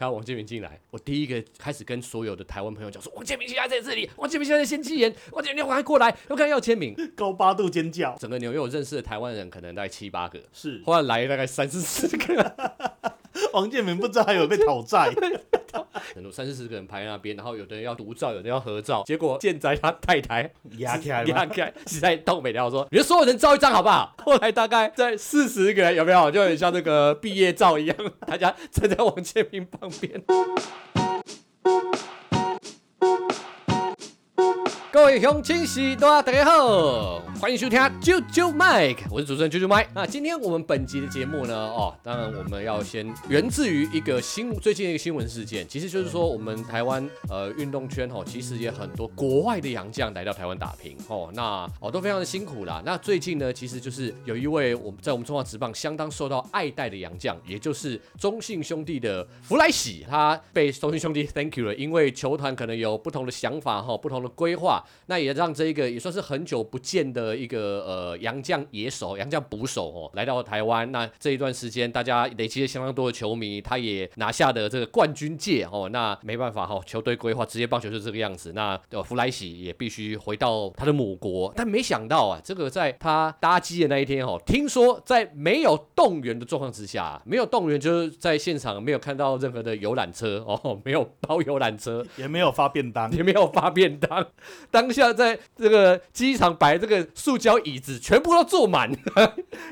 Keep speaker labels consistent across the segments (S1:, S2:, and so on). S1: 看到王建民进来，我第一个开始跟所有的台湾朋友讲说，王建民现在在这里，王建民现在在先机岩，王建民赶快过来，我看要签名。
S2: 高八度尖叫，
S1: 整个纽约我认识的台湾人可能大概七八个，
S2: 是
S1: 后来来大概三四十个，
S2: 王建民不知道还有被讨债，
S1: 很多三四十个人排在那边，然后有的人要独照，有的人要合照，结果建仔他太太
S2: 压起来
S1: 压
S2: 了，
S1: 开实在动没聊说，你就所有人照一张好不好？后来大概在四十个人有没有，就很像那个毕业照一样，大家站在王建民旁边。各位乡亲喜多大家好，欢迎收听啾啾 Mike，我是主持人啾啾 Mike。那今天我们本集的节目呢，哦，当然我们要先源自于一个新最近的一个新闻事件，其实就是说我们台湾呃运动圈哦，其实也很多国外的洋将来到台湾打拼哦，那哦都非常的辛苦啦。那最近呢，其实就是有一位我们在我们中华职棒相当受到爱戴的洋将，也就是中信兄弟的弗莱喜，他被中信兄弟 thank you 了，因为球团可能有不同的想法哈，不同的规划，那也让这一个也算是很久不见的一个呃洋将野手、洋将捕手哦，来到台湾。那这一段时间，大家累积了相当多的球迷，他也拿下的这个冠军戒哦。那没办法哈、哦，球队规划职业棒球就是这个样子。那呃弗莱喜也必须回到他的母国，但没想到啊，这个在他搭机的那一天哦，听说在没有动员的状况之下、没有动员就是在现场没有看到任何的游览车哦，没有包游览车，
S2: 也没有发便当，
S1: 也没有发便当，当下在这个机场摆这个塑胶椅子，全部都坐满。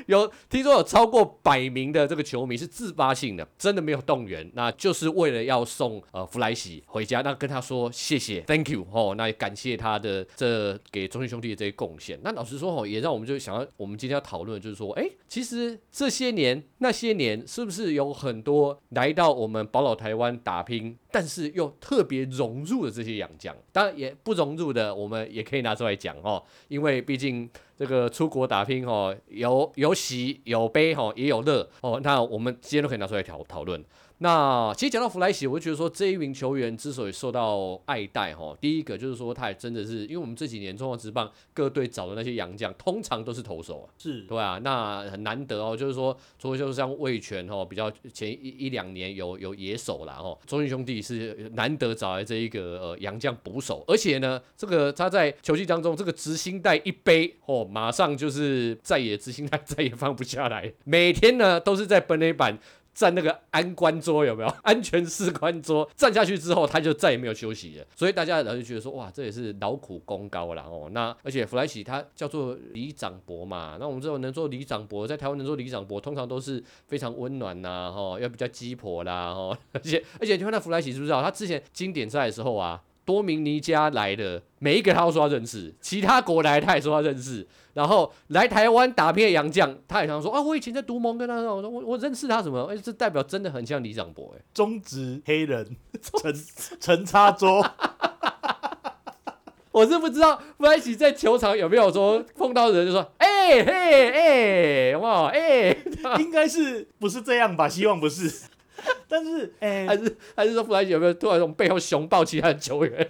S1: 有听说有超过百名的这个球迷是自发性的，真的没有动员，那就是为了要送呃弗莱喜回家，那跟他说谢谢，thank you 哦，那也感谢他的这给中信兄弟的这些贡献。那老实说哦，也让我们就想要，我们今天要讨论的就是说，哎，其实这些年那些年是不是有很多来到我们宝岛台湾打拼？但是又特别融入的这些洋将，当然也不融入的，我们也可以拿出来讲哦，因为毕竟这个出国打拼哦，有有喜有悲哦，也有乐哦。那我们今天都可以拿出来讨讨论。那其实讲到弗莱喜，我就觉得说这一名球员之所以受到爱戴哈，第一个就是说他也真的是，因为我们这几年中华职棒各队找的那些洋将，通常都是投手啊，
S2: 是
S1: 对啊，那很难得哦，就是说，除非就是像魏权哦，比较前一一两年有有野手啦哦，中信兄弟是难得找来这一个呃洋将捕手，而且呢，这个他在球季当中这个执行带一背哦，马上就是再也执行带再也放不下来，每天呢都是在本垒板。站那个安官桌有没 有？安全士官桌站下去之后，他就再也没有休息了。所以大家然后就觉得说，哇，这也是劳苦功高了哦。那而且弗莱喜他叫做里长伯嘛，那我们知道能做里长伯，在台湾能做里长伯，通常都是非常温暖呐、哦，要比较鸡婆啦，哦， 而且而且你看那弗莱喜知不知道，他之前经典赛的时候啊，多明尼加来的每一个他都说他认识，其他国来他也说他认识，然后来台湾打拼的洋将，他也常说啊，我以前在独盟跟他说，我说我我认识他什么？哎、这代表真的很像李长博哎、
S2: 中职黑人陈陈插桌，
S1: 我是不知道弗莱奇在球场有没有说碰到人就说哎、嘿哎，有没有哎、
S2: 应该是不是这样吧？希望不是，但是哎、
S1: 还是还是说弗莱奇有没有突然从背后熊抱其他的球 员、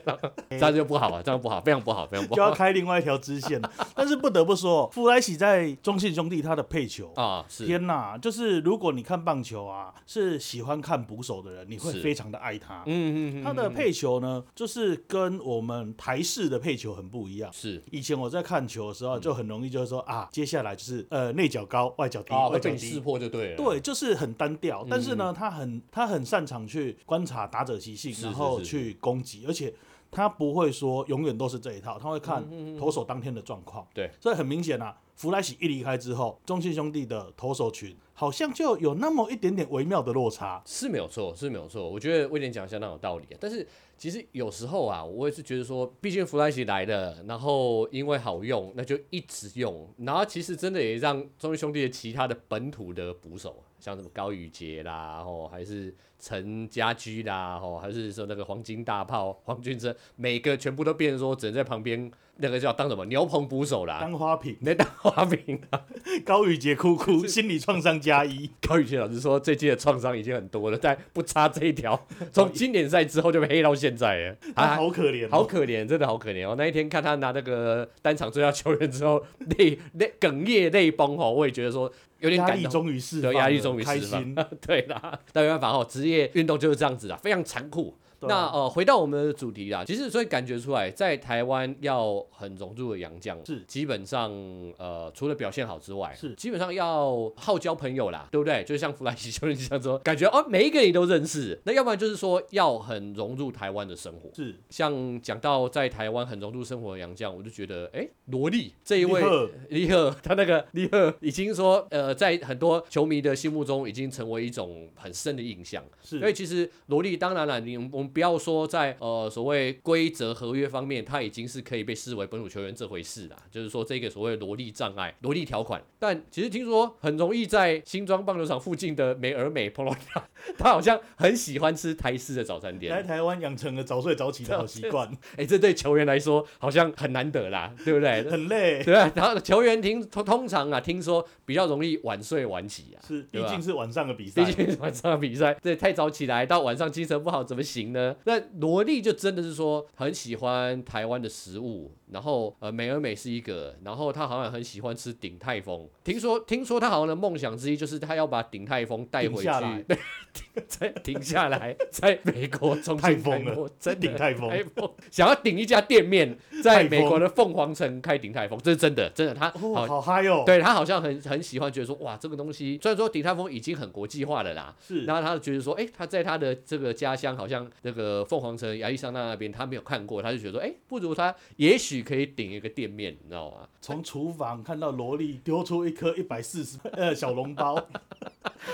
S1: 这样就不好啊，这样不好，非常不好，非常不
S2: 就要
S1: 好
S2: 开另外一条支线了。但是不得不说，弗莱喜在中信兄弟他的配球。
S1: 啊！是
S2: 天呐！就是如果你看棒球啊，是喜欢看捕手的人，你会
S1: 是
S2: 非常的爱他。
S1: 嗯嗯嗯，
S2: 他的配球呢，就是跟我们台式的配球很不一样。
S1: 是
S2: 以前我在看球的时
S1: 嗯
S2: 候，就很容易就是说啊，接下来就是呃内角高，外角低，
S1: 啊，
S2: 外
S1: 会
S2: 角
S1: 被嗯你
S2: 低
S1: 识。破就对了。
S2: 对，就是很单调，但是呢，他很他很擅长去观察打者习性
S1: 是，
S2: 然后
S1: 是是
S2: 去攻击，而且他不会说永远都是这一套，他会看
S1: 嗯
S2: 投手当天的状况。
S1: 对，
S2: 所以很明显啊，弗莱喜一离开之后，中信兄弟的投手群好像就有那么一点点微妙的落差。
S1: 是没有错，是没有错。我觉得威廉讲得相当有道理，啊但是其实有时候啊，我也是觉得说，毕竟弗莱奇来了，然后因为好用，那就一直用。然后其实真的也让中信兄弟的其他的本土的捕手，像什么高宇杰啦，哦，还是陈家驹啦，哦，还是说那个黄金大炮黄俊生，每个全部都变成说只能在旁边那个叫当什么牛棚捕手啦。
S2: 当花瓶，
S1: 你在当花瓶啊？
S2: 高宇杰哭哭，心理创伤加一。
S1: 高宇轩老师说，这届的创伤已经很多了，但不差这一 条。从经典赛之后就被黑到现在耶，
S2: 他
S1: 啊，
S2: 好可怜哦，
S1: 好可怜，真的好可怜哦。那一天看他拿那个单场最佳球员之后，泪泪哽咽泪崩哦，我也觉得说有点
S2: 压
S1: 感
S2: 力
S1: 动。
S2: 终于释
S1: 对
S2: 放了，
S1: 压力终于
S2: 开
S1: 释放
S2: 心。
S1: 对啦，但没办法哦，职业运动就是这样子啊，非常残酷。
S2: 对
S1: 那
S2: 啊
S1: 呃，回到我们的主题啦，其实所以感觉出来，在台湾要很融入的洋将，
S2: 是
S1: 基本上呃，除了表现好之外，
S2: 是
S1: 基本上要好交朋友啦，对不对？就像弗莱西兄弟这样说，感觉哦，每一个你都认识。那要不然就是说要很融入台湾的生活。
S2: 是
S1: 像讲到在台湾很融入生活的洋将，我就觉得，哎，罗莉这一位
S2: 立赫
S1: 利赫，他那个利赫已经说，呃，在很多球迷的心目中已经成为一种很深的印象。
S2: 是，
S1: 因为其实罗莉，当然了，你我们不要说在呃所谓规则合约方面，他已经是可以被视为本土球员这回事啦。就是说这个所谓罗莉障碍、罗莉条款，但其实听说很容易在新庄棒球场附近的美而美碰到他， 他好像很喜欢吃台式的早餐店。
S2: 来台湾养成了早睡早起的好习惯，
S1: 哎、这对球员来说好像很难得啦，对不 对？
S2: 很累。
S1: 对啊，然后球员听通通常啊，听说比较容易晚睡晚起啊，
S2: 是，
S1: 对吧
S2: 毕竟是晚上的比赛
S1: 毕，竟晚上的比赛， 这太早起来到晚上精神不好怎么行呢？那罗莉就真的是说很喜欢台湾的食物，然后呃美而美是一个，然后他好像很喜欢吃鼎泰丰，听说听说他好像的梦想之一就是他要把鼎泰丰带回
S2: 顶
S1: 去
S2: 下 来，
S1: 对，停再停下来， 在美国中
S2: 太疯了，
S1: 真的
S2: 顶泰丰
S1: 台风， 想要顶一家店面，在
S2: 泰
S1: 美国
S2: 丰
S1: 的凤凰城开顶泰丰，这是真的，真的，他好
S2: 哦，好嗨哦，
S1: 对他好像很很喜欢，觉得说哇，这个东西虽然说鼎泰丰已经很国际化了啦，
S2: 是，
S1: 然后他就觉得说，哎、他在他的这个家乡好像那个凤凰城、亚利桑那那边他没有看过，他就觉得说，哎、不如他也许可以顶一个店面，你知道 吗？
S2: 从厨房看到萝莉丢出一颗一百四十呃小笼 包，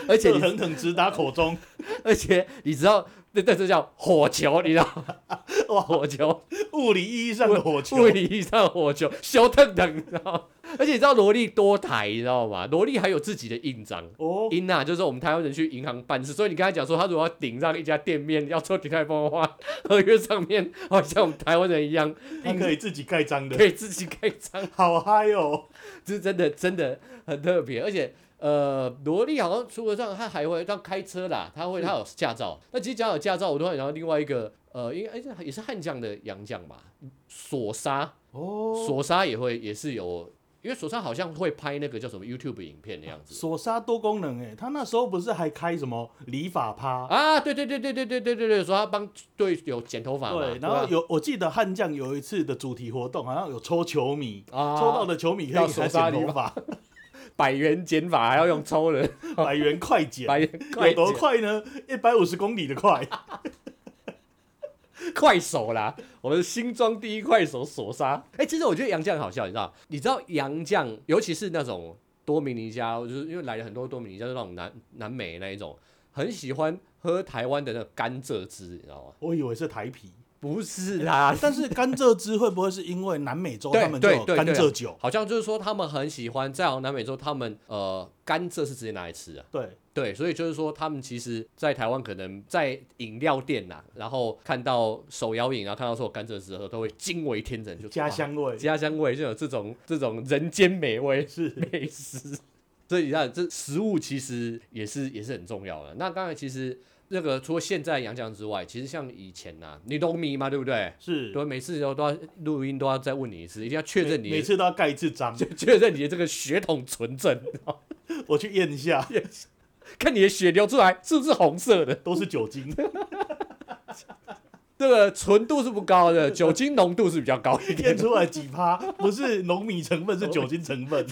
S1: 而且
S2: 热
S1: 你
S2: 腾腾直打口中，
S1: 而且你知道，那那这叫火球，你知道吗？
S2: 哇
S1: 火球，
S2: 物理意义上的火球
S1: 物，理意义上的火球， 小腾腾，你知道吗？而且你知道萝莉多台，你知道吗？萝莉还有自己的印章。
S2: 哦，
S1: 因啊，就是我们台湾人去银行办事，所以你刚才讲说，他如果要顶上一家店面要做鼎泰丰的话，合约上面好像我们台湾人一样，
S2: 你可以自己盖章
S1: 可
S2: 的，
S1: 以自己盖章，
S2: 好嗨哦，
S1: 这真的真的很特别，而且。呃，萝莉好像除了这样，他还会让开车啦，他会
S2: 是
S1: 他有驾照。那其实讲有驾照，我突然想到另外一个，呃，应该哎也是悍将的洋将吧，索沙，
S2: 哦，
S1: 索沙也会也是有，因为索沙好像会拍那个叫什么 YouTube 影片的样子。
S2: 索杀多功能哎，他那时候不是还开什么理发趴？
S1: 啊，对对对对对对对对对，说他帮队友剪头发嘛，
S2: 对，然
S1: 吧
S2: 后有我记得悍将有一次的主题活动，好像有抽球迷，
S1: 啊，
S2: 抽到的球迷可
S1: 要
S2: 以给他
S1: 手杀
S2: 剪
S1: 你
S2: 头发，
S1: 百元减法还要用抽 的，
S2: 百元快 剪，
S1: 百元
S2: 有
S1: 快
S2: 多
S1: 剪
S2: 快呢？一百五十公里的快，
S1: 快手啦，我们新装第一快手索杀。哎、其实我觉得杨绛很好笑，你知道？你知道杨绛，尤其是那种多米尼加，就是因为来了很多多米尼加，就那种南南美那一种，很喜欢喝台湾的那个甘蔗汁，你知道吗？
S2: 我以为是台啤，
S1: 不是啦，
S2: 但是甘蔗汁会不会是因为南美洲
S1: 对
S2: 他们就有
S1: 对对
S2: 甘蔗酒？
S1: 好像就是说他们很喜欢在南美洲，他们呃甘蔗是直接拿来吃啊。
S2: 对，
S1: 对，所以就是说，他们其实，在台湾可能在饮料店呐、然后看到手摇饮，然后看到说有甘蔗汁的时候，都会惊为天人，就
S2: 家
S1: 哇
S2: 乡味
S1: 家乡味就有这种这种人间美味
S2: 是
S1: 美食。所以你看，这食物其实也是也是很重要的。那刚才其实那个除了现在杨绛之外，其实像以前呐、你懂迷嘛，对不对？
S2: 是，
S1: 对，每次都都要录音都要再问你一次，一定要确认你
S2: 每
S1: 的
S2: 次都要盖一次章，
S1: 确认你的这个血统纯正，
S2: 我去验 一下，
S1: 看你的血流出来是不是红色的。
S2: 都是酒精，
S1: 这个纯度是不高的，酒精浓度是比较高一点
S2: 验出来几趴，不是浓米成分，是酒精成分，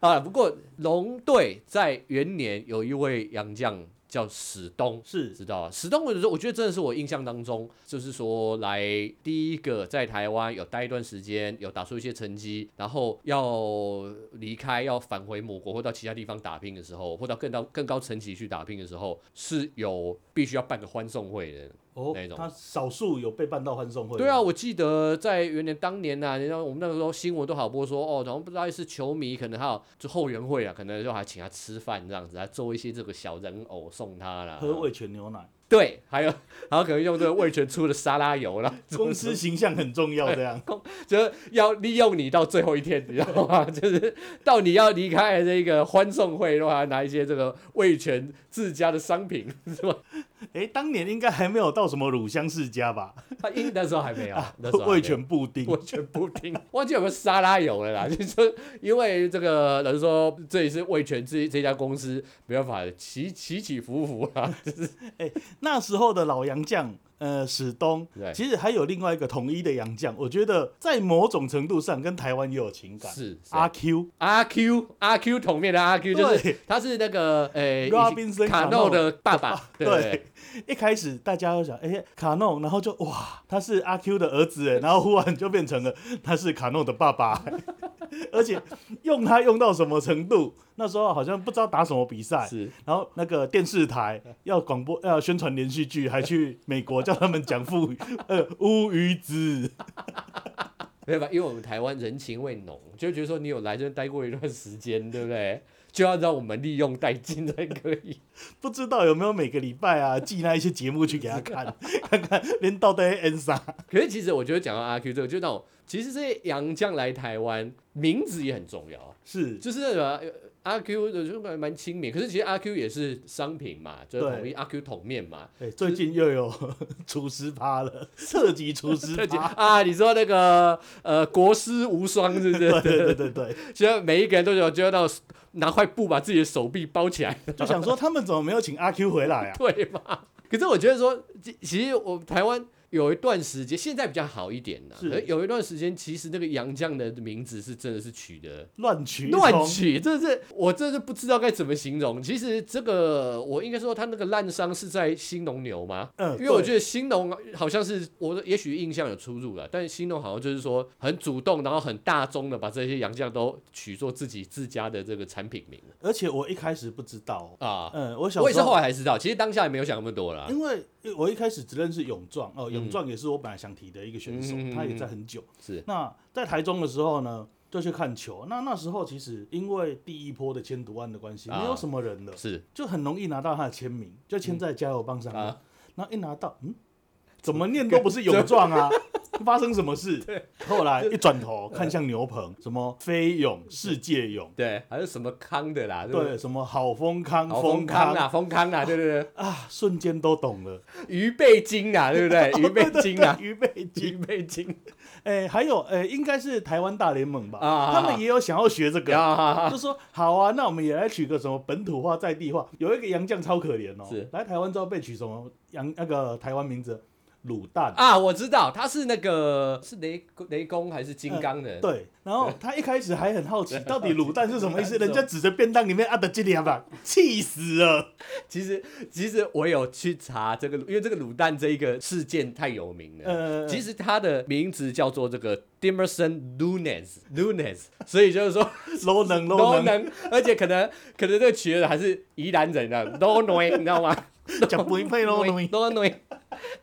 S1: 啊。不过龙队在元年有一位洋将叫史东，
S2: 是
S1: 知道啊。史东，我觉得我觉得真的是我印象当中，就是说来第一个在台湾有待一段时间，有打出一些成绩，然后要离开，要返回母国或到其他地方打拼的时候，或到更到更高层级去打拼的时候，是有必须要办个欢送会的。
S2: 哦
S1: 那种
S2: 他少数有被办到欢送会，
S1: 对啊，，我记得在元年当年呐、啊，你知道我们那个时候新闻都好播说哦，然后不知道是球迷可能还有就后援会啊，可能就还请他吃饭这样子，还做一些这个小人偶送他啦。
S2: 喝味全牛奶，
S1: 对，还有然后可能用这个味全出的沙拉油了，
S2: 公司形象很重要，这样
S1: 就是要利用你到最后一天，你知道吗？ 就是到你要离开的这个欢送会的话，拿一些这个味全自家的商品 是吧？
S2: 哎、当年应该还没有到什么乳香世家吧？
S1: 他因那时候还没有，那时候还没有
S2: 味全布丁
S1: 我全不听， 忘记有没有沙拉油了啦。就是因为这个人说这里是味全这这家公司没办法起起起伏伏啊啦，就是
S2: 那时候的老洋将，呃，史东，
S1: 对
S2: 其实还有另外一个统一的洋将，我觉得在某种程度上跟台湾也有情感。
S1: 是
S2: 阿
S1: 阿
S2: Q，
S1: 阿 Q 阿 Q 桶面的阿 Q 就是
S2: 对
S1: 他是那个诶
S2: Robinson
S1: 卡诺的爸爸，对对对
S2: 对，一开始大家都想，哎、卡诺，然后就哇，他是阿 Q 的儿子哎，然后忽然就变成了他是卡诺的爸爸， 而且用他用到什么程度？那时候好像不知道打什么比赛，
S1: 是
S2: 然后那个电视台要广播要宣传连续剧，还去美国叫他们讲父语，呃乌鱼子，
S1: 对吧？因为我们台湾人情味浓，就觉得说你有来这边待过一段时间，对不对？就要让我们利用殆尽才可以。
S2: 不知道有没有每个礼拜啊寄那一些节目去给他看， 看看连到底 N 啥。
S1: 可是其实我觉得讲到阿 Q 这个，就那种其实这些洋将来台湾，名字也很重要。啊
S2: 是
S1: 就是那个呃阿 Q 的就蛮蛮亲民，可是其实阿 Q 也是商品嘛，就是
S2: 对
S1: 统一阿 Q 桶面嘛。
S2: 哎、最近又有 厨师 趴了，特级厨师
S1: 而且
S2: 趴。
S1: 啊，你说那个呃国师无双是不
S2: 对
S1: 是？
S2: 对对对对，
S1: 现在每一个人都有就要到拿块布把自己的手臂包起来，
S2: 就想说他们怎么没有请阿 Q 回来啊？
S1: 对吧？可是我觉得说，其其实我台湾有一段时间，现在比较好一点了。
S2: 是
S1: 可有一段时间，其实那个杨绛的名字是真的是取得
S2: 乱取一通
S1: 乱取，这是我真是不知道该怎么形容。其实这个我应该说，他那个烂伤是在新农牛吗？
S2: 嗯
S1: 因为我
S2: 对
S1: 觉得新农好像是我也许印象有出入了，但新农好像就是说很主动，然后很大宗的把这些洋将都取做自己自家的这个产品名
S2: 而且我一开始不知道哦，
S1: 啊。
S2: 嗯，我小嗯
S1: 我也
S2: 时
S1: 是
S2: 候
S1: 后来才知道，其实当下也没有想那么多啦。
S2: 因为我一开始只认识勇壮哦，勇壮也是我本来想提的一个选手，
S1: 嗯嗯嗯嗯
S2: 他也在很久。
S1: 是
S2: 那在台中的时候呢，就去看球。那那时候其实因为第一波的签读案的关系，
S1: 啊
S2: 没有什么人了，
S1: 是
S2: 就很容易拿到他的签名，就签在加油棒上面。
S1: 嗯啊，
S2: 然后一拿到，嗯，怎么念都不是勇 壮啊，发生什么事？后来一转头看向牛棚，什么飞勇、世界勇，
S1: 对，还是什么康的啦，不
S2: 对，，什么好风康、
S1: 好
S2: 风
S1: 丰康啊啦，丰康啦，对对对，
S2: 啊，瞬间都懂了。
S1: 鱼背金啦，对不 对？
S2: 哦
S1: 鱼背金啦，
S2: 于背 金。
S1: 鱼背金
S2: 哎、还有哎、应该是台湾大联盟吧，
S1: 啊
S2: 他们也有想要学这个，
S1: 啊，
S2: 就说好啊，那我们也来取个什么本土化、在地化。有一个洋将超可怜哦
S1: 是，
S2: 来台湾之后被取什么洋那个台湾名字卤蛋，
S1: 啊，我知道他是那个是雷雷公还是金刚的、
S2: 嗯对，然后他一开始还很好奇，到底卤蛋是什么意思？
S1: 卤蛋是什
S2: 人
S1: 么
S2: 家指着便当里面啊的这里啊吧，气死了。
S1: 其实其实我有去查这个，因为这个卤蛋这一个事件太有名了。
S2: 呃，
S1: 其实他的名字叫做这个 Dimerson Lunes Lunes，所以就是说
S2: low 能 low
S1: 都
S2: 能，
S1: 能，而且可能可能这个取的还是宜兰人啊 l o n 你知道吗
S2: 讲不配 low 能，
S1: 都内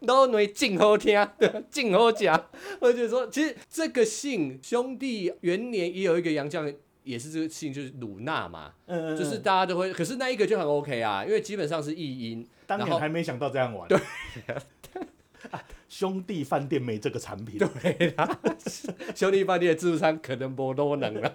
S1: 都内静好听，静好讲。我就觉得说，其实这个姓兄弟元年也有一个杨绛，也是这个姓，就是鲁纳嘛，
S2: 呃，
S1: 就是大家都会。可是那一个就很 OK 啊，因为基本上是译音。
S2: 当
S1: 然后
S2: 年还没想到这样 玩。对。啊兄弟饭店没这个产品，
S1: 对啦，兄弟饭店的自助餐可能不多 能了。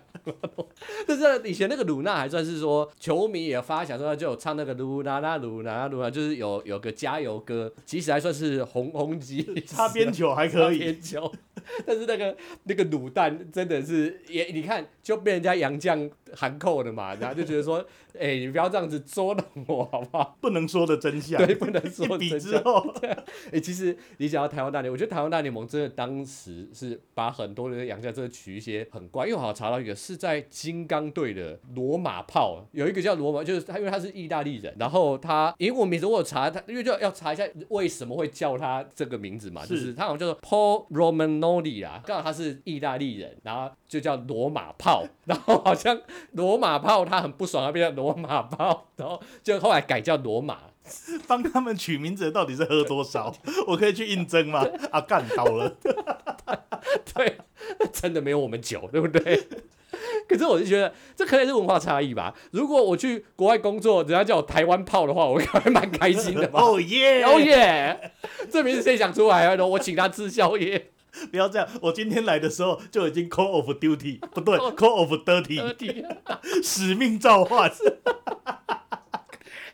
S1: 但是以前那个鲁纳还算是说，球迷也发想说，就有唱那个鲁啦啦鲁啦啦鲁啦，就是有有个加油歌，其实还算是红红极一时
S2: 擦边球还可以。
S1: 研究， 但是那个那个卤蛋真的是也，你看就被人家洋将含扣了嘛，然后就觉得说，哎、你不要这样子捉弄我好不好？
S2: 不能说的真相。
S1: 对，不能说
S2: 一比
S1: 真
S2: 之
S1: 相。
S2: 后，
S1: 哎、其实你讲到台湾大联盟，我觉得台湾大联盟真的当时是把很多的洋将真的取一些很怪，因为我好像查到一个是在金刚队的罗马炮，有一个叫罗马，就是他，因为他是意大利人，然后他英文名字我有查他，因为就要查一下为什么会叫他这个名字嘛，
S2: 是
S1: 就是他好像叫做 Paul Romanoli 啦，刚好他是意大利人，然后就叫罗马炮，然后好像罗马炮他很不爽，他变成罗马炮，然后就后来改叫罗马。
S2: 帮他们取名字的到底是喝多少？我可以去应征吗？啊，干倒了，
S1: 啊对，真的没有我们久，对不对？ 可是我就觉得这可能是文化差异吧。如果我去国外工作，人家叫我台湾炮的话，我可能蛮开心的吧。
S2: 哦耶！
S1: 哦耶！这名字谁想出来的？我请他吃宵夜。
S2: 不要这样，我今天来的时候就已经 call of duty，不对，call of dirty，使 命 召唤。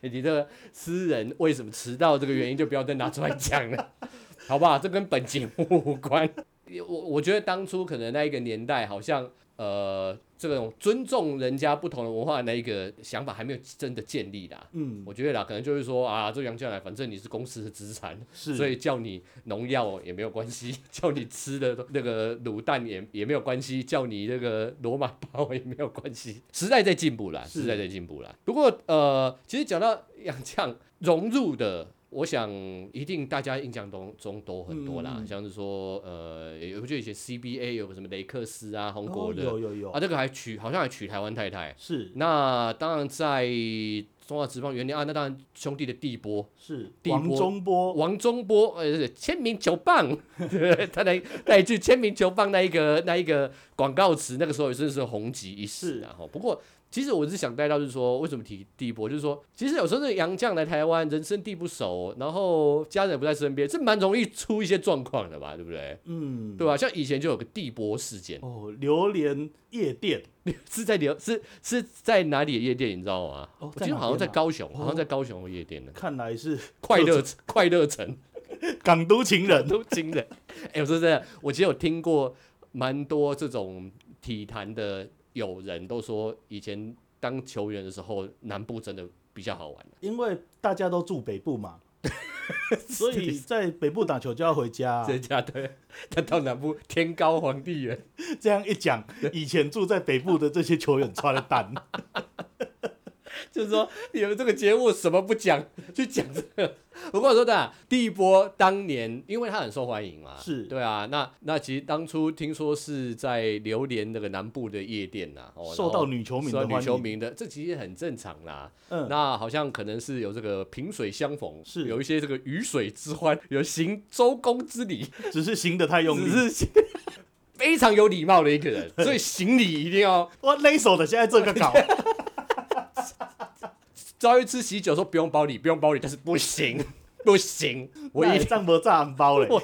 S1: 欸你这个私人为什么迟到这个原因，就不要再拿出来讲了， 好不好？这跟本节目无关。 我我觉得当初可能那一个年代，好像呃，这种尊重人家不同的文化的那一个想法还没有真的建立啦。
S2: 嗯，
S1: 我觉得啦，可能就是说啊，这杨将来，反正你是公司的资产，
S2: 是
S1: 所以叫你农药也没有关系，叫你吃的那个卤蛋也也没有关系，叫你那个罗马包也没有关系。时代在进步啦，
S2: 是
S1: 时代在进步啦。不过呃，其实讲到杨绛融入的。我想一定大家印象中中都很多啦，
S2: 嗯
S1: 像是说呃，有就以前 CBA 有个什么雷克斯啊、红国
S2: 哦
S1: 的、
S2: 有有有，
S1: 啊，这个还娶好像还娶台湾太太，
S2: 是
S1: 那当然在中华职棒元年啊，那当然兄弟的地波
S2: 是
S1: 地
S2: 王
S1: 波
S2: 中波，
S1: 王中波，呃，签名球棒， 对他那那一句签名球棒那一个那一个广告词，那个时候也真是红极一时啊。哈不过其实我是想带到，就是说为什么提地波，就是说其实有时候这个洋将来台湾，人生地不熟，然后家人也不在身边，这蛮容易出一些状况的吧，对不对？
S2: 嗯，
S1: 对吧、像以前就有个地波事件，
S2: 哦，榴莲夜店，
S1: 是在聊是是在哪里的夜店，你知道吗？
S2: 哦
S1: 我
S2: 在
S1: 记得
S2: 哪
S1: 好像在
S2: 边啊
S1: 高雄，
S2: 哦
S1: 好像在高雄的夜 店呢。
S2: 看来是
S1: 快乐城快乐城
S2: 港 都情人，
S1: 都惊人。 哎、我说真的，我其实有听过蛮多这种体坛的友人都说，以前当球员的时候，南部真的比较好玩。
S2: 因为大家都住北 部嘛，所以在北部打球就要回家 啊。
S1: 真假的，他到南部天高皇帝远，
S2: 这样一讲，以前住在北部的这些球员穿了 蛋，
S1: 哦就是说你们这个节目什么不讲，去讲这个。不过我说的、啊，第一波当年因为他很受欢迎嘛，
S2: 是
S1: 对啊。那那其实当初听说是在榴莲那个南部的夜店呐、哦，
S2: 受
S1: 然后
S2: 到女球迷
S1: 受到
S2: 的
S1: 女
S2: 欢
S1: 球
S2: 迎。
S1: 迷的，这其实很正常啦。
S2: 嗯，
S1: 那好像可能是有这个萍水相逢，
S2: 是
S1: 有一些这个鱼水之欢，有行周公之礼，
S2: 只是行得太用力。
S1: 只是 非常有礼貌的一个人，所以行礼一定要。
S2: 哇，勒手的现在 这个搞，
S1: 遭遇吃喜酒说不用包礼，不用包礼，但是不 行，不行，我一
S2: 一
S1: 定
S2: 上不炸红包嘞，
S1: 我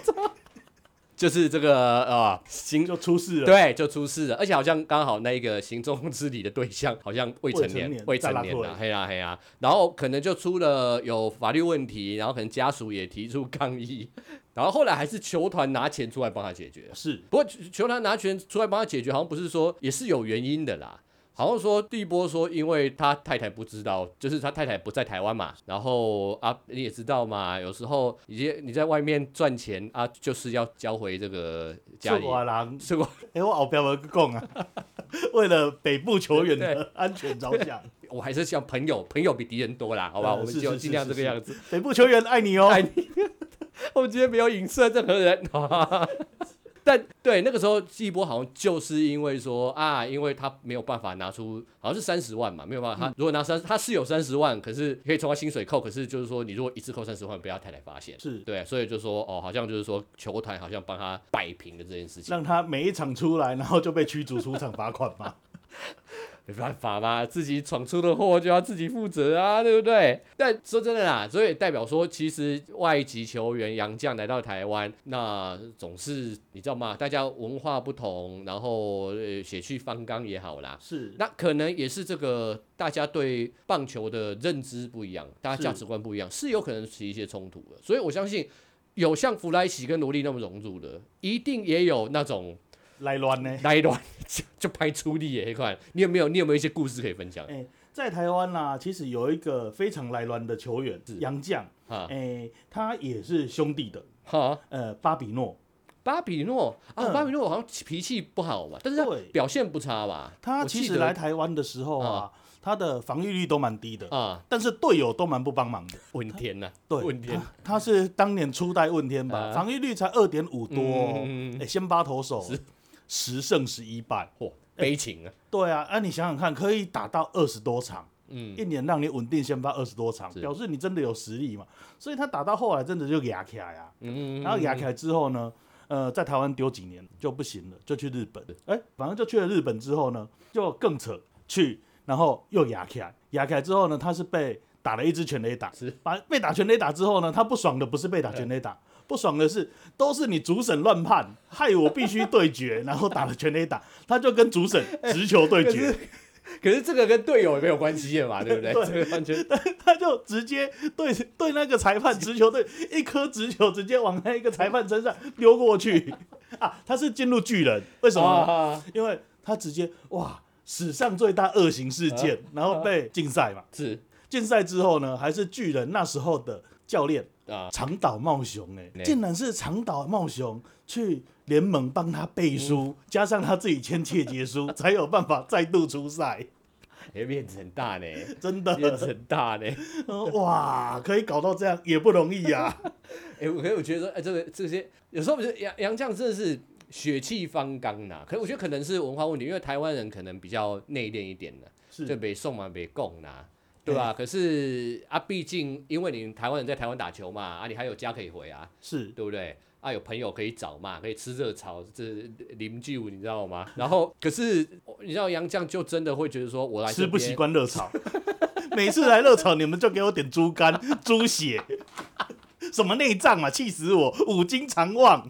S1: 就是这个啊、行。
S2: 就出事了。
S1: 对，就出事了，而且好像刚好那一个行中之礼的对象好像未成年，未
S2: 未
S1: 成
S2: 成年
S1: 年
S2: 再拉
S1: 啊
S2: 回，
S1: 嘿呀嘿呀，然后可能就出了有法律问题，然后可能家属也提出抗议，然后后来还是球团拿钱出来帮他解决。
S2: 是
S1: 不过球球团拿钱出来帮他解决，好像不是说也是有原因的啦。好像说第一波说，因为他太太不知道，就是他太太不在台湾嘛，然后啊你也知道嘛，有时候你你在外面赚钱啊，就是要交回这个家
S2: 是
S1: 里。
S2: 我啊人，
S1: 是我
S2: 哎，我后边有讲啊， 为了北部球员的安全着想，
S1: 我还是像朋友，朋友比敌人多啦，好吧，
S2: 嗯
S1: 我们
S2: 是
S1: 就是尽量
S2: 是
S1: 这个
S2: 是
S1: 样子。
S2: 北部球员爱你哦
S1: 爱。 我们今天没有影射任何人， 哈哈哈但对那个时候季波好像就是因为说啊，因为他没有办法拿出，好像是三十万嘛，没有办法。他如果拿三，他是有三十万，可是可以从他薪水扣，可是就是说你如果一次扣三十万，不要太太发现。
S2: 是
S1: 对，所以就说哦，好像就是说球团好像帮他摆平了这件事情，
S2: 让他每一场出来，然后就被驱逐出场罚款嘛。
S1: 没办法嘛，自己闯出的祸就要自己负责啊，对不对？但说真的啦，所以代表说，其实外籍球员洋将来到台湾，那总是你知道吗？大家文化不同，然后呃血气方刚也好啦，
S2: 是
S1: 那可能也是这个大家对棒球的认知不一样，大家
S2: 是
S1: 价值观不一样，是有可能起一些冲突的。所以我相信，有像弗莱奇跟罗莉那么融入的，一定也有那种
S2: 来乱呢。
S1: 那一段就就拍出力耶，那块你有没有你有没有一些故事可以分享
S2: 哎、在台湾啦、其实有一个非常来乱的球员
S1: 是
S2: 杨绛，
S1: 啊
S2: 哎、？他也是兄弟的，
S1: 哈，
S2: 呃，巴比诺，
S1: 巴比诺啊，
S2: 嗯
S1: 巴比诺好像脾气不好吧，但是他
S2: 对
S1: 表现不差吧？
S2: 他
S1: 我
S2: 其
S1: 记
S2: 实
S1: 得
S2: 来台湾的时候啊，他的防御率都蛮低的，
S1: 啊，
S2: 但是队友都蛮不帮忙的。
S1: 问天呐，
S2: 对，
S1: 问天
S2: 他他是当年初代问天吧，
S1: 啊
S2: 防御率才二点五多、哦，哎、
S1: 嗯
S2: 先发投手
S1: 是
S2: 十胜十一败。
S1: 嚯，悲情啊，
S2: 对啊，那、你想想看，可以打到二十多场，
S1: 嗯，
S2: 一年让你稳定先发二十多场，
S1: 是
S2: 表示你真的有实力嘛。所以他打到后来真的就牙起来啊，
S1: 嗯，
S2: 然后牙起来之后呢，呃，在台湾丢几年就不行了，就去日本。哎、反正就去了日本之后呢，就更扯，去然后又压起来，压起来之后呢，他是被打了一支全垒打
S1: 是，
S2: 把被打全垒打之后呢，他不爽的不是被打全垒打。不爽的是，都是你主审乱判，害我必须对决，然后打了全垒打，他就跟主审直球对
S1: 哎可
S2: 决。
S1: 是可是这个跟队友也没有关系的嘛，对不对？
S2: 对
S1: 这个完全
S2: 他就直接对对那个裁判直球对一颗直球直接往那一个裁判身上丢过去啊！他是进入巨人，为什么呢？
S1: 啊
S2: 因为他直接哇，史上最大恶行事
S1: 哦
S2: 件，然后被禁赛嘛。
S1: 是
S2: 禁赛之后呢，还是巨人那时候的教练
S1: 啊，
S2: 长岛茂雄、欸，
S1: 对
S2: 竟然是长岛茂雄去联盟帮他背书，
S1: 嗯
S2: 加上他自己签切 结书，才有办法再度出赛。
S1: 也哎面子很大呢，
S2: 真的，
S1: 面子很大呢。
S2: 呃哇，可以搞到这样也不容 易啊。
S1: 哎、我可是我觉得说，哎、这个这些有时候我觉得杨杨绛真的是血气方刚呐、可是我觉得可能是文化问题，因为台湾人可能比较内敛一点呢、
S2: 是哎
S1: 就北宋嘛，北共啦，对吧、可是啊，毕竟因为你台湾人在台湾打球嘛，啊，你还有家可以回啊，
S2: 是
S1: 对不对？啊，有朋友可以找嘛，可以吃热炒，这邻居你知道吗？然后可是你知道杨绛就真的会觉得说，我来这
S2: 吃不习
S1: 边
S2: 惯 热炒，每次来热炒你们就给我点猪肝、猪血，什么内脏啊，气死我！五斤肠旺，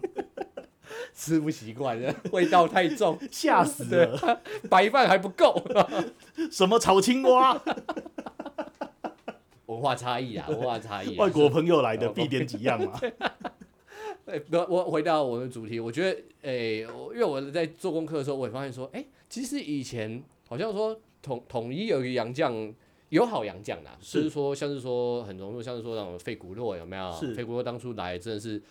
S1: 吃不习惯，味道太重，
S2: 吓死了！
S1: 白饭还不够。
S2: 什么炒青蛙，
S1: 文化差异啊，文化差异、啊。
S2: 外国朋友 来的必点几样嘛？
S1: 哎，不，我回到我们主题，我觉得，哎、我因为我在做功课的时候，我也发现说，哎、其实以前好像说统统一有一个洋将，有好洋将啦，
S2: 是
S1: 就是说像是说很浓重，像是说那种费古洛有没有
S2: 是？
S1: 费古洛当初来真的是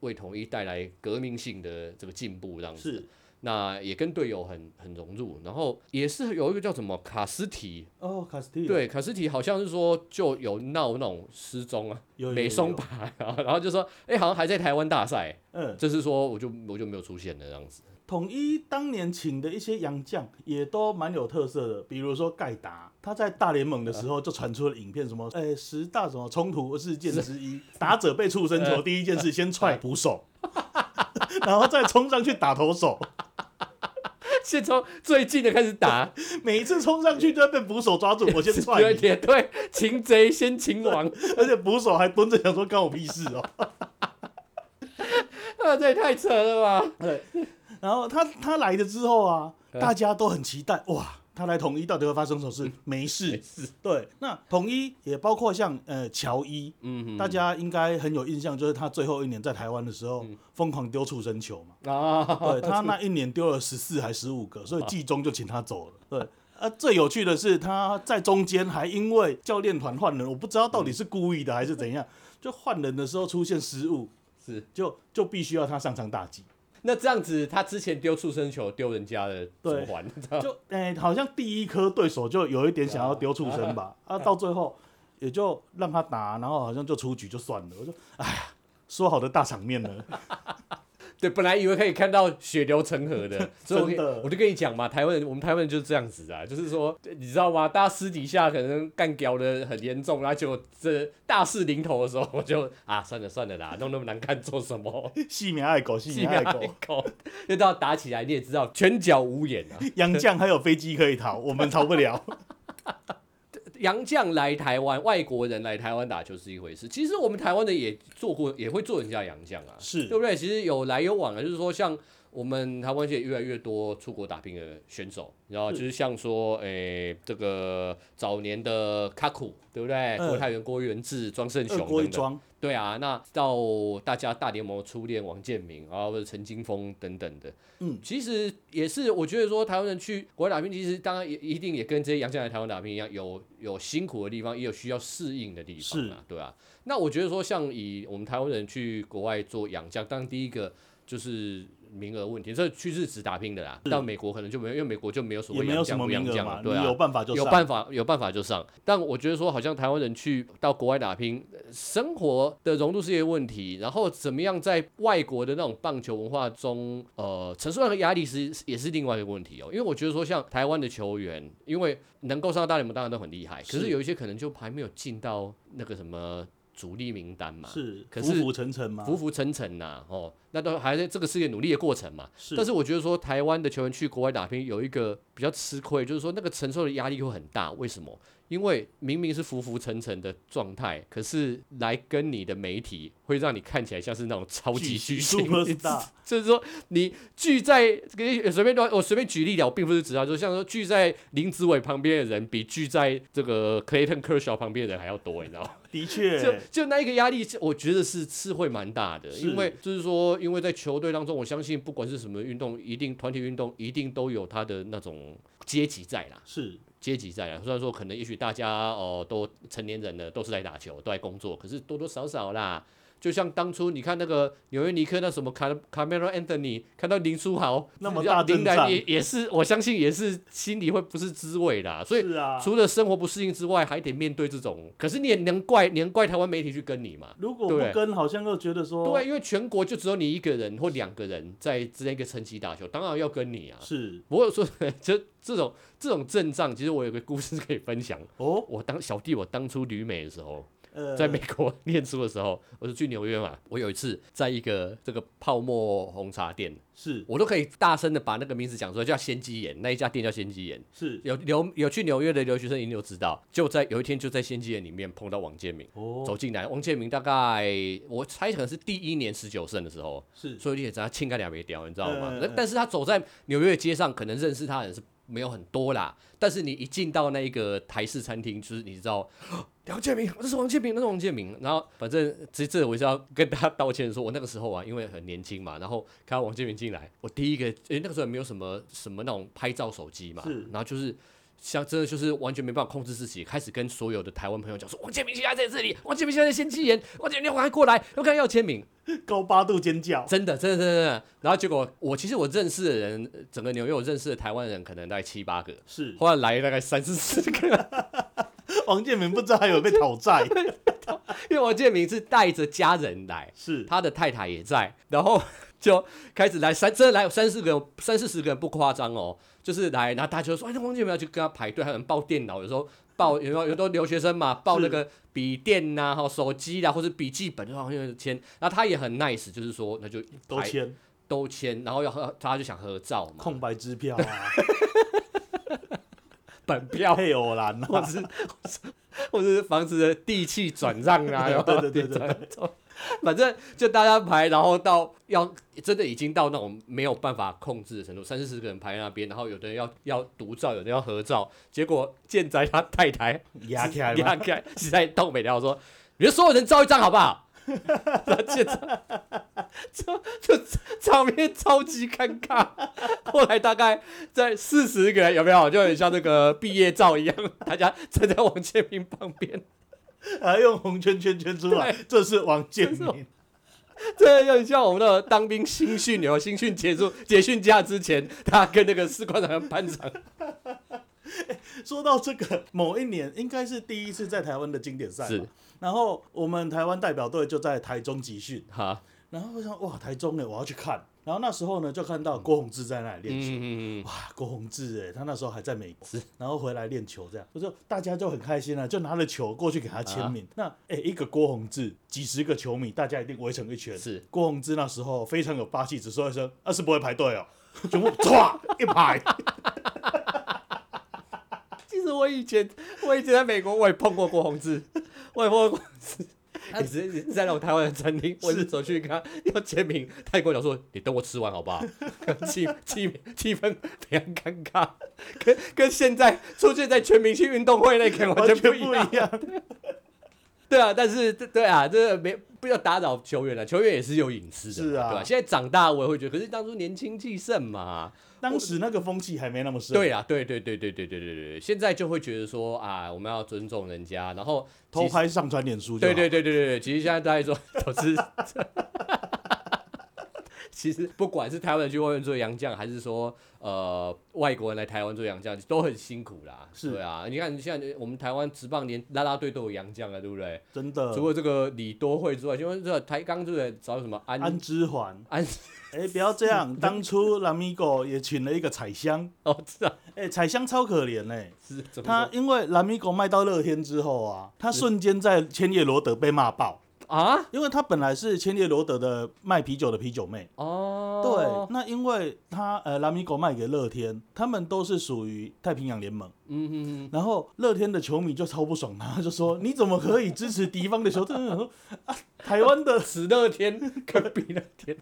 S1: 为统一带来革命性的这个进步，这样子。
S2: 是
S1: 那也跟队友很很融入，然后也是有一个叫什么卡斯提，
S2: 哦，卡斯蒂
S1: 对，卡斯提好像是说就有闹那种失踪啊，
S2: 有有
S1: 没松
S2: 有
S1: 吧，然后然后就说，哎、好像还在台湾大赛，
S2: 嗯，
S1: 就是说我就我就没有出现了这样子。
S2: 统一当年请的一些洋将也都蛮有特色的，比如说盖达，他在大联盟的时候就传出了影片，什么呃十大什么冲突事件 之一，打者被触身球，第一件事先踹
S1: 呃
S2: 捕手， 然后再冲上去打投手，
S1: 先从最近的开始打，
S2: 每一次冲上去都要被捕手抓住，我先踹
S1: 对
S2: 你，
S1: 对对，擒贼先擒 王，
S2: 而且捕手还蹲着想说干我屁事哦、
S1: 啊，这也太扯了吧！
S2: 然后他他来了之后啊，
S1: 嗯
S2: 大家都很期待哇。他来统一到底会发生什么事？没事，对。那统一也包括像呃乔伊，
S1: 嗯
S2: 大家应该很有印象，就是他最后一年在台湾的时候
S1: 嗯
S2: 疯狂丢畜生球嘛。
S1: 哼啊，
S2: 对他那一年丢了十四还十五个，
S1: 哦
S2: 所以季中就请他走了。对，啊，最有趣的是他在中间还因为教练团换人，我不知道到
S1: 嗯
S2: 底是故意的还是怎样，就换人的时候出现失误，
S1: 是
S2: 就就必须要他上场打击。
S1: 那这样子，他之前丢畜生球丢人家的怎么
S2: 对
S1: 还？你知道
S2: 就哎、好像第一颗对手就有一点想要丢畜生 吧，啊，到最后也就让他打，然后好像就出局就算了。我说，哎呀，说好的大场面呢？
S1: 对，本来以为可以看到血流成河 的，所以我跟
S2: 真的
S1: 我就跟你讲嘛，台湾人我们台湾人就是这样子啊，就是说你知道吗？大家私底下可能干屌的很严重，然后结果这大事临头的时候，我就啊算了算了啦，弄那么难看做什么？
S2: 戏名爱狗，戏
S1: 细
S2: 名
S1: 苗
S2: 爱
S1: 一
S2: 狗。
S1: 口，就到打起来，你也知道拳脚无眼啊。
S2: 杨绛还有飞机可以逃，我们逃不 了。
S1: 洋将来台湾，外国人来台湾打球是一回事，其实我们台湾的也做过，也会做人家洋将啊，
S2: 是
S1: 对不对？其实有来有往啊，就是说像我们台湾现在越来越多出国打拼的选手，然后就是像说，诶、这个早年的卡库，对不对？
S2: 嗯呃
S1: 郭泰源、郭元志、庄胜雄
S2: 二
S1: 等
S2: 锅一
S1: 等。
S2: 庄，
S1: 对啊，那到大家大联盟初恋王建民啊，或者陈金峰等等的，
S2: 嗯，
S1: 其实也是我觉得说台湾人去国外打拼，其实当然也一定也跟这些洋将来台湾打拼一样，有有辛苦的地方，也有需要适应的地方
S2: 是
S1: 啊，对啊。那我觉得说，像以我们台湾人去国外做洋将，当然第一个就是名额问题，所以去日职打拼的啦，
S2: 是
S1: 到美国可能就没有，因为美国就没有所
S2: 也
S1: 谓
S2: 没
S1: 洋
S2: 有什
S1: 将
S2: 么
S1: 不
S2: 名
S1: 洋
S2: 额
S1: 将
S2: 嘛，
S1: 啊，
S2: 你
S1: 对啊，
S2: 有办法就
S1: 有
S2: 上。
S1: 办法，有办法就上。但我觉得说，好像台湾人去到国外打拼，呃生活的融入是一个问题，然后怎么样在外国的那种棒球文化中，呃，承受那个压力是也是另外一个问题哦。因为我觉得说，像台湾的球员，因为能够上到大联盟，当然都很厉害，可是
S2: 是
S1: 有一些可能就还没有进到那个什么。主力名单嘛，
S2: 是
S1: 可
S2: 浮
S1: 是
S2: 浮沉沉嘛，
S1: 浮浮沉沉呐、哦，那都还在这个是一个努力的过程嘛。
S2: 是
S1: 但是我觉得说，台湾的球员去国外打拼有一个比较吃亏，就是说那个承受的压力会很大。为什么？因为明明是浮浮沉沉的状态，可是来跟你的媒体会让你看起来像是那种超级
S2: 巨
S1: 巨
S2: 星
S1: 星
S2: superstar
S1: 就是说你聚在给随便乱，我随便举例了，我并不是指他，就像说聚在林子伟旁边的人比聚在这个 Clayton Kershaw 旁边的人还要多，你知道吗？
S2: 的
S1: 就
S2: 确
S1: 就那一个压力，我觉得是是会蛮大的，
S2: 是
S1: 因为就是说，因为在球队当中，我相信不管是什么运动，一定团体运动一定都有它的那种阶级在啦，
S2: 是
S1: 阶级在啦。虽然说可能也许大家哦、都成年人了，都是在打球，都在工作，可是多多少少啦。就像当初你看那个纽约尼克那什么卡卡梅隆安德尼，看到林书豪
S2: 那么大阵
S1: 林来
S2: 仗
S1: 也也是，我相信也是心里会不是滋味啦。所以
S2: 是啊。
S1: 除了生活不适应之外，还得面对这种。可是你也能怪，你能怪台湾媒体去跟你嘛？
S2: 如果
S1: 对
S2: 不跟，好像又觉得说
S1: 对，因为全国就只有你一个人或两个人在这一个层级打球，当然要跟你啊。
S2: 是
S1: 不过说这这种这种阵仗，其实我有个故事可以分享。
S2: 哦，
S1: 我当小弟，我当初旅美的时候，
S2: 呃，
S1: 在美国念书的时候，我是去纽约嘛。我有一次在一个这个泡沫红茶店，
S2: 是
S1: 我都可以大声的把那个名字讲出来，叫仙鸡眼，那一家店叫仙鸡眼。
S2: 是
S1: 有留有去纽约的留学生一定都知道，就在有一天就在仙迹眼里面碰到王建民，
S2: 哦，
S1: 走进来，王建民大概我猜可能是第一年十九胜的时候，
S2: 是
S1: 所以你也知道他欠干两没掉，你知道吗？
S2: 嗯嗯
S1: 那
S2: 嗯
S1: 但是他走在纽约的街上，可能认识他的人是没有很多啦，但是你一进到那一个台式餐厅，就是你知道。 梁建明，这是王建明，那是王建明。然后反正这这我是要跟大家道歉说，我那个时候啊，因为很年轻嘛，然后看到王建明进来，我第一个，诶，那个时候也没有什么什么那种拍照手机嘛
S2: 是，
S1: 然后就是像真的就是完全没办法控制自己，开始跟所有的台湾朋友讲说，王建明现在在这里，王建明现在在仙机岩，王建明你赶快过来，我看要签名。
S2: 高八度尖叫，
S1: 真的，真的，真的真的。然后结果我其实我认识的人，呃整个纽约我认识的台湾人可能大概七八个，
S2: 是
S1: 后来来大概三四十个，
S2: 王建民不知道还有被讨 债，
S1: 因为王建民是带着家人来，
S2: 是
S1: 他的太太也在，然后就开始来三，真的来有三四个人，三四十个人不夸张哦，就是来，然后大家就说，哎，那王建民要去跟他排队，还有人抱电脑，有时候抱，有时候有时候留学生嘛，抱那个笔电呐、哈手机啦、或者笔记本，然后就签，然后他也很 nice，就是说那就
S2: 都
S1: 排
S2: 签
S1: 都签，然后要合，大家就想合照嘛，
S2: 空白支票啊，
S1: 本票
S2: 配偶栏
S1: 或
S2: 啊，
S1: 是或是或是房子的地契转让啊，然后
S2: 对对对对对
S1: 地转让反正就大家排，然后到要真的已经到那种没有办法控制的程度，三四十个人排在那边，然后有的人要要独照，有的人要合照，结果建仔他太太
S2: 压起来嘛
S1: 压开实在动没了，说你们所有人照一张好不好？然后建仔就就场面超级尴尬。后来大概在四十个人有没有，就很像那个毕业照一样，大家站在王建民旁边，
S2: 还用红圈圈圈出来，这是王建
S1: 这是我
S2: 民，
S1: 这就很像我们的当兵新训有没有新训结束结训假之前，他跟那个士官长跟班长，
S2: 说到这个，某一年应该是第一次在台湾的经典赛
S1: 是
S2: 吧，然后我们台湾代表队就在台中集训，
S1: 哈，
S2: 然后我想哇，台中哎，我要去看。然后那时候呢，就看到郭宏志在那里练球，
S1: 嗯，
S2: 哇，郭宏志哎，他那时候还在美国， 然后回来练球这样，我就大家就很开心啊，就拿了球过去给他签
S1: 啊
S2: 名。那哎、一个郭宏志，几十个球迷，大家一定围成一圈。
S1: 是
S2: 郭宏志那时候非常有霸气，只说一声：“啊，是不会排队哦。” 全部唰一排，
S1: 其实我以前我以前在美国我也碰过郭宏志，我也碰过郭宏志。也是也是在那种台湾的餐厅，我也是走去跟他要签名，他也跟我讲说：“你等我吃完好不好？”气气气氛非常尴尬，跟跟现在出现在全明星运动会那个 完
S2: 完
S1: 全
S2: 全
S1: 不
S2: 不
S1: 一样。
S2: 一样。
S1: 对啊，但是对啊，这个没不要打扰球员了，球员也是有隐私的嘛，
S2: 是啊
S1: 对吧、现在长大我也会觉得，可是当初年轻气盛嘛，
S2: 当时那个风气还没那么盛，
S1: 对啊，对对对对对对对对，现在就会觉得说啊，我们要尊重人家，然后其
S2: 偷
S1: 实
S2: 拍上传脸书就好
S1: 对对对对对对，其实现在大家说都是，其实不管是台湾人去外面做洋将，还是说呃外国人来台湾做洋将，都很辛苦啦。
S2: 是
S1: 对啊，你看现在我们台湾职棒连啦啦队都有洋将了，对不对？
S2: 真的。
S1: 除了这个李多惠之外，因为这个台钢队的找什么安
S2: 安 之环，
S1: 安
S2: 哎、不要这样。当初 Lamigo 也请了一个彩香，
S1: 哦，知道
S2: 哎、彩香超可怜哎、
S1: 是怎么
S2: 他
S1: 说
S2: 因为 Lamigo 卖到乐天之后啊，他瞬间在千叶罗德被骂爆，
S1: 啊？
S2: 因为他本来是千叶罗德的卖啤酒的啤酒妹。对
S1: 哦，，
S2: 那因为他呃，Lamigo 卖给乐天，他们都是属于太平洋联盟。
S1: 对，嗯嗯
S2: 然后乐天的球迷就超不爽，他就说：“你怎么可以支持敌方的球队？”我说：“啊，台湾的
S1: 嗯，此乐天跟彼乐天，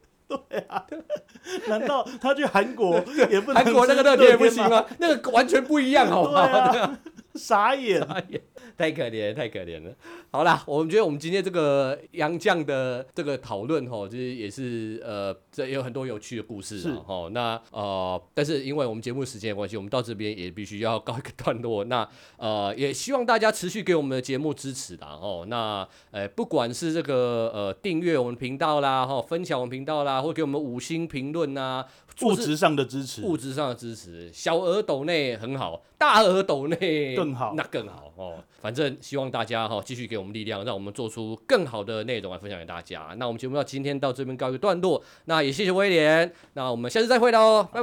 S2: 难道他去 韩国也 不能？
S1: 韩国那个乐天也不行？吗？那个完全不一样，好吗？
S2: 对啊傻眼！
S1: 哎呀，太可怜了，太可怜了。好啦，我们觉得我们今天这个杨绛的这个讨论吼，就是也是呃，这也有很多有趣的故事
S2: 是
S1: 啊吼。那呃，但是因为我们节目时间的关系，我们到这边也必须要告一个段落。那呃，也希望大家持续给我们的节目支持啦哦。那呃，不管是这个呃订阅我们频道啦，哈、分享我们频道啦，或给我们五星评论啊呐，
S2: 物
S1: 就是
S2: 质上的 支持，
S1: 物质上的支持，小额抖内很好，大额抖内
S2: 更好
S1: 那更好哦。反正希望大家哈、继续给我们力量，让我们做出更好的内容来分享给大家。那我们节目到今天到这边告一个段落，那也谢谢威廉，那我们下次再会喽，拜
S2: 拜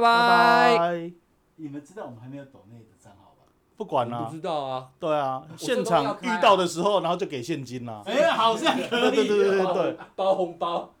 S1: 拜。
S2: 拜。
S3: 你们知道我们还没有抖内的账号吧？
S2: 不管
S1: 我
S2: 啦、
S1: 不知道啊，
S2: 对啊，
S1: 这都
S2: 现
S1: 要
S2: 场
S1: 开啊
S2: 遇到的时候，然后就给现金啦、
S3: 哎、好像可
S2: 对对
S3: 以、
S2: 对对对。
S1: 包红包。